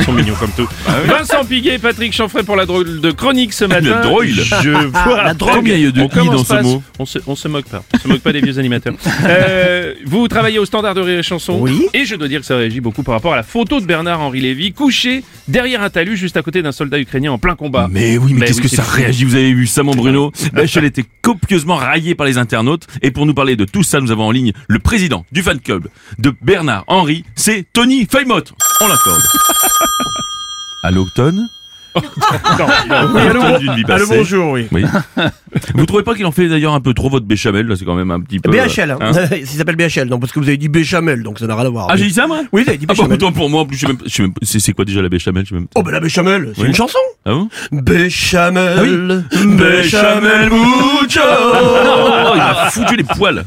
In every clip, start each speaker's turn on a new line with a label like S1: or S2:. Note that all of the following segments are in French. S1: Ils sont mignons comme tout.
S2: Ah, Vincent Piguet et Patrick Chanfray pour la drôle de chronique ce matin.
S1: Le drôle.
S2: Je vois.
S1: Ah, La drôle. Combien il y a de
S2: On
S1: i
S2: commence
S1: dans ce
S2: pas-
S1: mot
S2: on se, on se moque pas. On se moque pas des vieux animateurs. Euh, vous travaillez au standard de rire et chanson.
S3: Oui.
S2: Et je dois dire que ça réagit beaucoup par rapport à la photo de Bernard-Henri Lévy couché derrière un talus juste à côté d'un soldat ukrainien en plein combat.
S1: Mais oui, mais
S2: Bah
S1: qu'est-ce
S2: oui,
S1: que
S2: c'est
S1: ça
S2: fou.
S1: réagit Vous avez vu ça, mon Bruno Bachel était copieusement raillé par les internautes. Et pour nous parler de tout ça, nous avons en ligne le président du fan club de Bernard Henry, c'est Tony Feymotte. On l'accorde. Allô, Ton
S2: allô,
S1: d'une vie
S2: allô,
S1: passée.
S2: bonjour, oui.
S1: Oui. Vous trouvez pas qu'il en fait d'ailleurs un peu trop votre béchamel Là, c'est quand même un petit peu. euh,
S4: BHL, hein.
S1: hein
S4: il s'appelle BHL, non, parce que vous avez dit Béchamel, donc ça n'a rien à voir.
S1: Ah,
S4: Mais-
S1: j'ai dit ça, moi
S4: Oui, vous avez dit
S1: Ah, bah,
S4: Béchamel.
S1: autant pour moi, en plus, je sais même, je sais même- c'est c'est quoi déjà la béchamel je sais même...
S4: oh, ben la Béchamel, c'est
S1: Oui.
S4: une chanson.
S1: Ah bon
S4: Béchamel,
S1: Béchamel Mucho
S2: Ah,
S1: Ah, Il m'a foutu les poils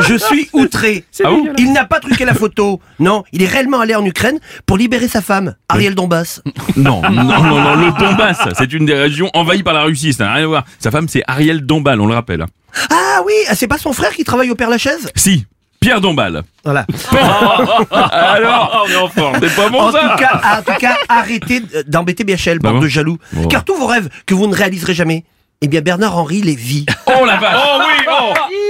S4: Je suis outré.
S1: Ah bon
S4: Il n'a pas truqué la photo. Non, il est réellement allé en Ukraine pour libérer sa femme, Ariel Dombas.
S1: Non, non, non, non, le Donbass, c'est une des régions envahies par la Russie, ça n'a rien à voir. Sa femme, c'est Ariel Dombal, on le rappelle.
S4: Ah oui, ah, c'est pas son frère qui travaille au Père Lachaise
S1: Si, Pierre Dombal.
S4: Voilà.
S2: Ah,
S1: Alors, on est en forme. oh, C'est pas
S4: En
S1: bon,
S4: tout,
S1: ça
S4: cas, en tout cas, arrêtez d'embêter BHL,
S1: Bah
S4: bande
S1: bon
S4: de jaloux.
S1: Bon.
S4: Car tous vos rêves que vous ne réaliserez jamais, eh bien Bernard-Henri les vit.
S1: Oh la vache
S2: Oh oui,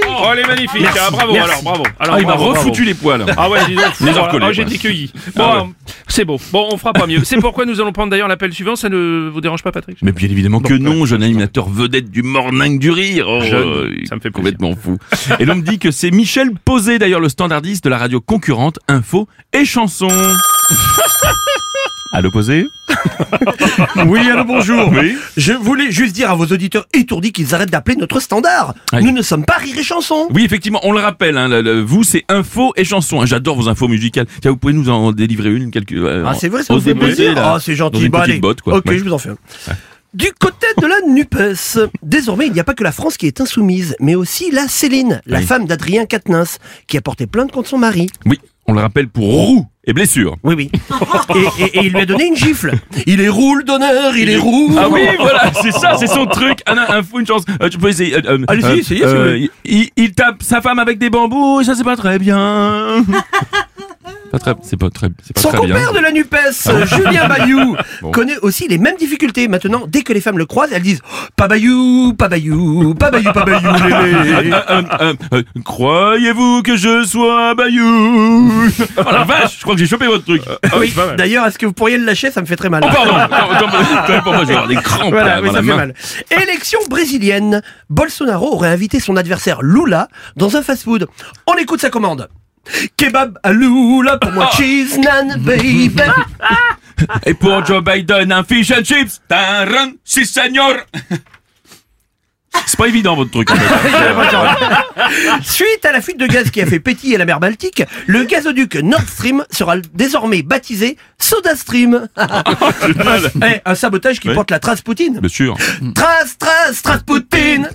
S2: oh, oh, elle est magnifique. Ah, bravo,
S1: merci.
S2: alors, bravo. Alors,
S1: Ah, il m'a
S2: bravo, bravo.
S1: refoutu les poils.
S2: Ah ouais, dis donc.
S1: Les
S2: voilà.
S1: encollés,
S2: Ah, j'ai
S1: ouais.
S2: été cueilli. Bon,
S1: Ah ouais.
S2: euh, c'est beau. Bon, on fera pas mieux. C'est pourquoi nous allons prendre d'ailleurs l'appel suivant. Ça ne vous dérange pas, Patrick
S1: Mais bien évidemment que non, jeune animateur vedette du morning du rire. Oh,
S2: Jeune,
S1: euh,
S2: ça me fait plaisir.
S1: complètement fou. Et l'on me dit que c'est Michel Posé, d'ailleurs le standardiste de la radio concurrente Info et Chanson. Allô Posé
S4: Oui, allô, bonjour.
S1: Oui.
S4: Je voulais juste dire à vos auditeurs étourdis qu'ils arrêtent d'appeler notre standard.
S1: Aïe.
S4: Nous ne sommes pas rire et chanson.
S1: Oui, effectivement, on le rappelle, hein, le- le- vous c'est Info et Chanson. hein. J'adore vos infos musicales. Tiens, vous pouvez nous en délivrer une quelques. euh,
S4: Ah, c'est vrai, ça
S1: en-
S4: vous fait
S1: osez poser,
S4: plaisir.
S1: là,
S4: Ah, c'est
S1: dans
S4: gentil.
S1: une
S4: Bon,
S1: petite
S4: allez.
S1: botte, quoi.
S4: Ok,
S1: Ouais.
S4: je vous en fais un. Du côté de la NUPES, désormais, il n'y a pas que la France qui est insoumise, mais aussi la Céline, la
S1: Oui.
S4: femme d'Adrien Quatennens, qui a porté plainte contre son mari.
S1: Oui, on le rappelle pour roux et blessure.
S4: Oui, oui. Et, et- et il lui a donné une gifle. Il est roule d'honneur, il est roule.
S1: Ah oui, voilà, c'est ça, c'est son truc. Un, un fou, une chance. Euh, tu peux essayer. euh, euh,
S4: Allez-y,
S1: euh,
S4: essayez, si vous
S1: euh,
S4: voulez.
S1: il, il tape sa femme avec des bambous et ça, c'est pas très bien. pas très, c'est pas très, c'est pas
S4: Son
S1: très bien. Ah
S4: compère de la NUPES, euh, Julien Bayou,
S1: Bon.
S4: connaît aussi les mêmes difficultés. Maintenant, dès que les femmes le croisent, elles disent « Pas Bayou, pas Bayou, pas Bayou, pas Bayou, lélé.
S1: Euh, euh, euh, euh, Croyez-vous que je sois Bayou Oh la vache, je crois que j'ai chopé votre truc. Oh,
S4: Oui, d'ailleurs, est-ce que vous pourriez le lâcher Ça me fait très mal.
S1: pardon, attends, attends, attends, pour moi, je vais avoir des crampes
S4: Voilà,
S1: là,
S4: oui,
S1: dans
S4: ça
S1: la
S4: fait
S1: main.
S4: mal. Élection brésilienne. Bolsonaro aurait invité son adversaire Lula dans un fast-food. On écoute sa commande. Kebab à Lula pour
S1: Ah.
S4: moi, cheese nan baby.
S1: Et pour Joe Biden, un fish and chips, t'as un run, si senior. C'est pas évident votre truc. en fait. Euh,
S4: Suite à la fuite de gaz qui a fait pétiller la mer Baltique, le gazoduc Nord Stream sera désormais baptisé Soda Stream. Eh, un sabotage qui
S1: Oui.
S4: porte la trace Poutine. Mm.
S1: Bien sûr.
S4: Trace, trace, trace Poutine.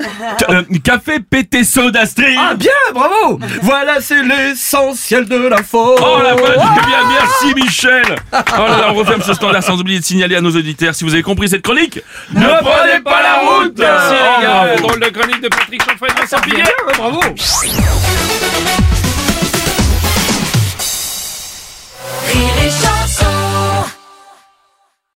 S1: Euh, café pété soda stream.
S4: Ah bien, bravo. Voilà, c'est l'essentiel de l'info.
S1: Oh la bonne bien, merci Michel Oh là là, on referme ce standard sans oublier de signaler à nos auditeurs si vous avez compris cette chronique, ne prenez pas la route
S2: Merci,
S1: Oh,
S2: les gars.
S1: bravo.
S2: Drôle de chronique de Patrick Chanfray et Vincent Piguet.
S4: bravo.
S5: Rire et chanson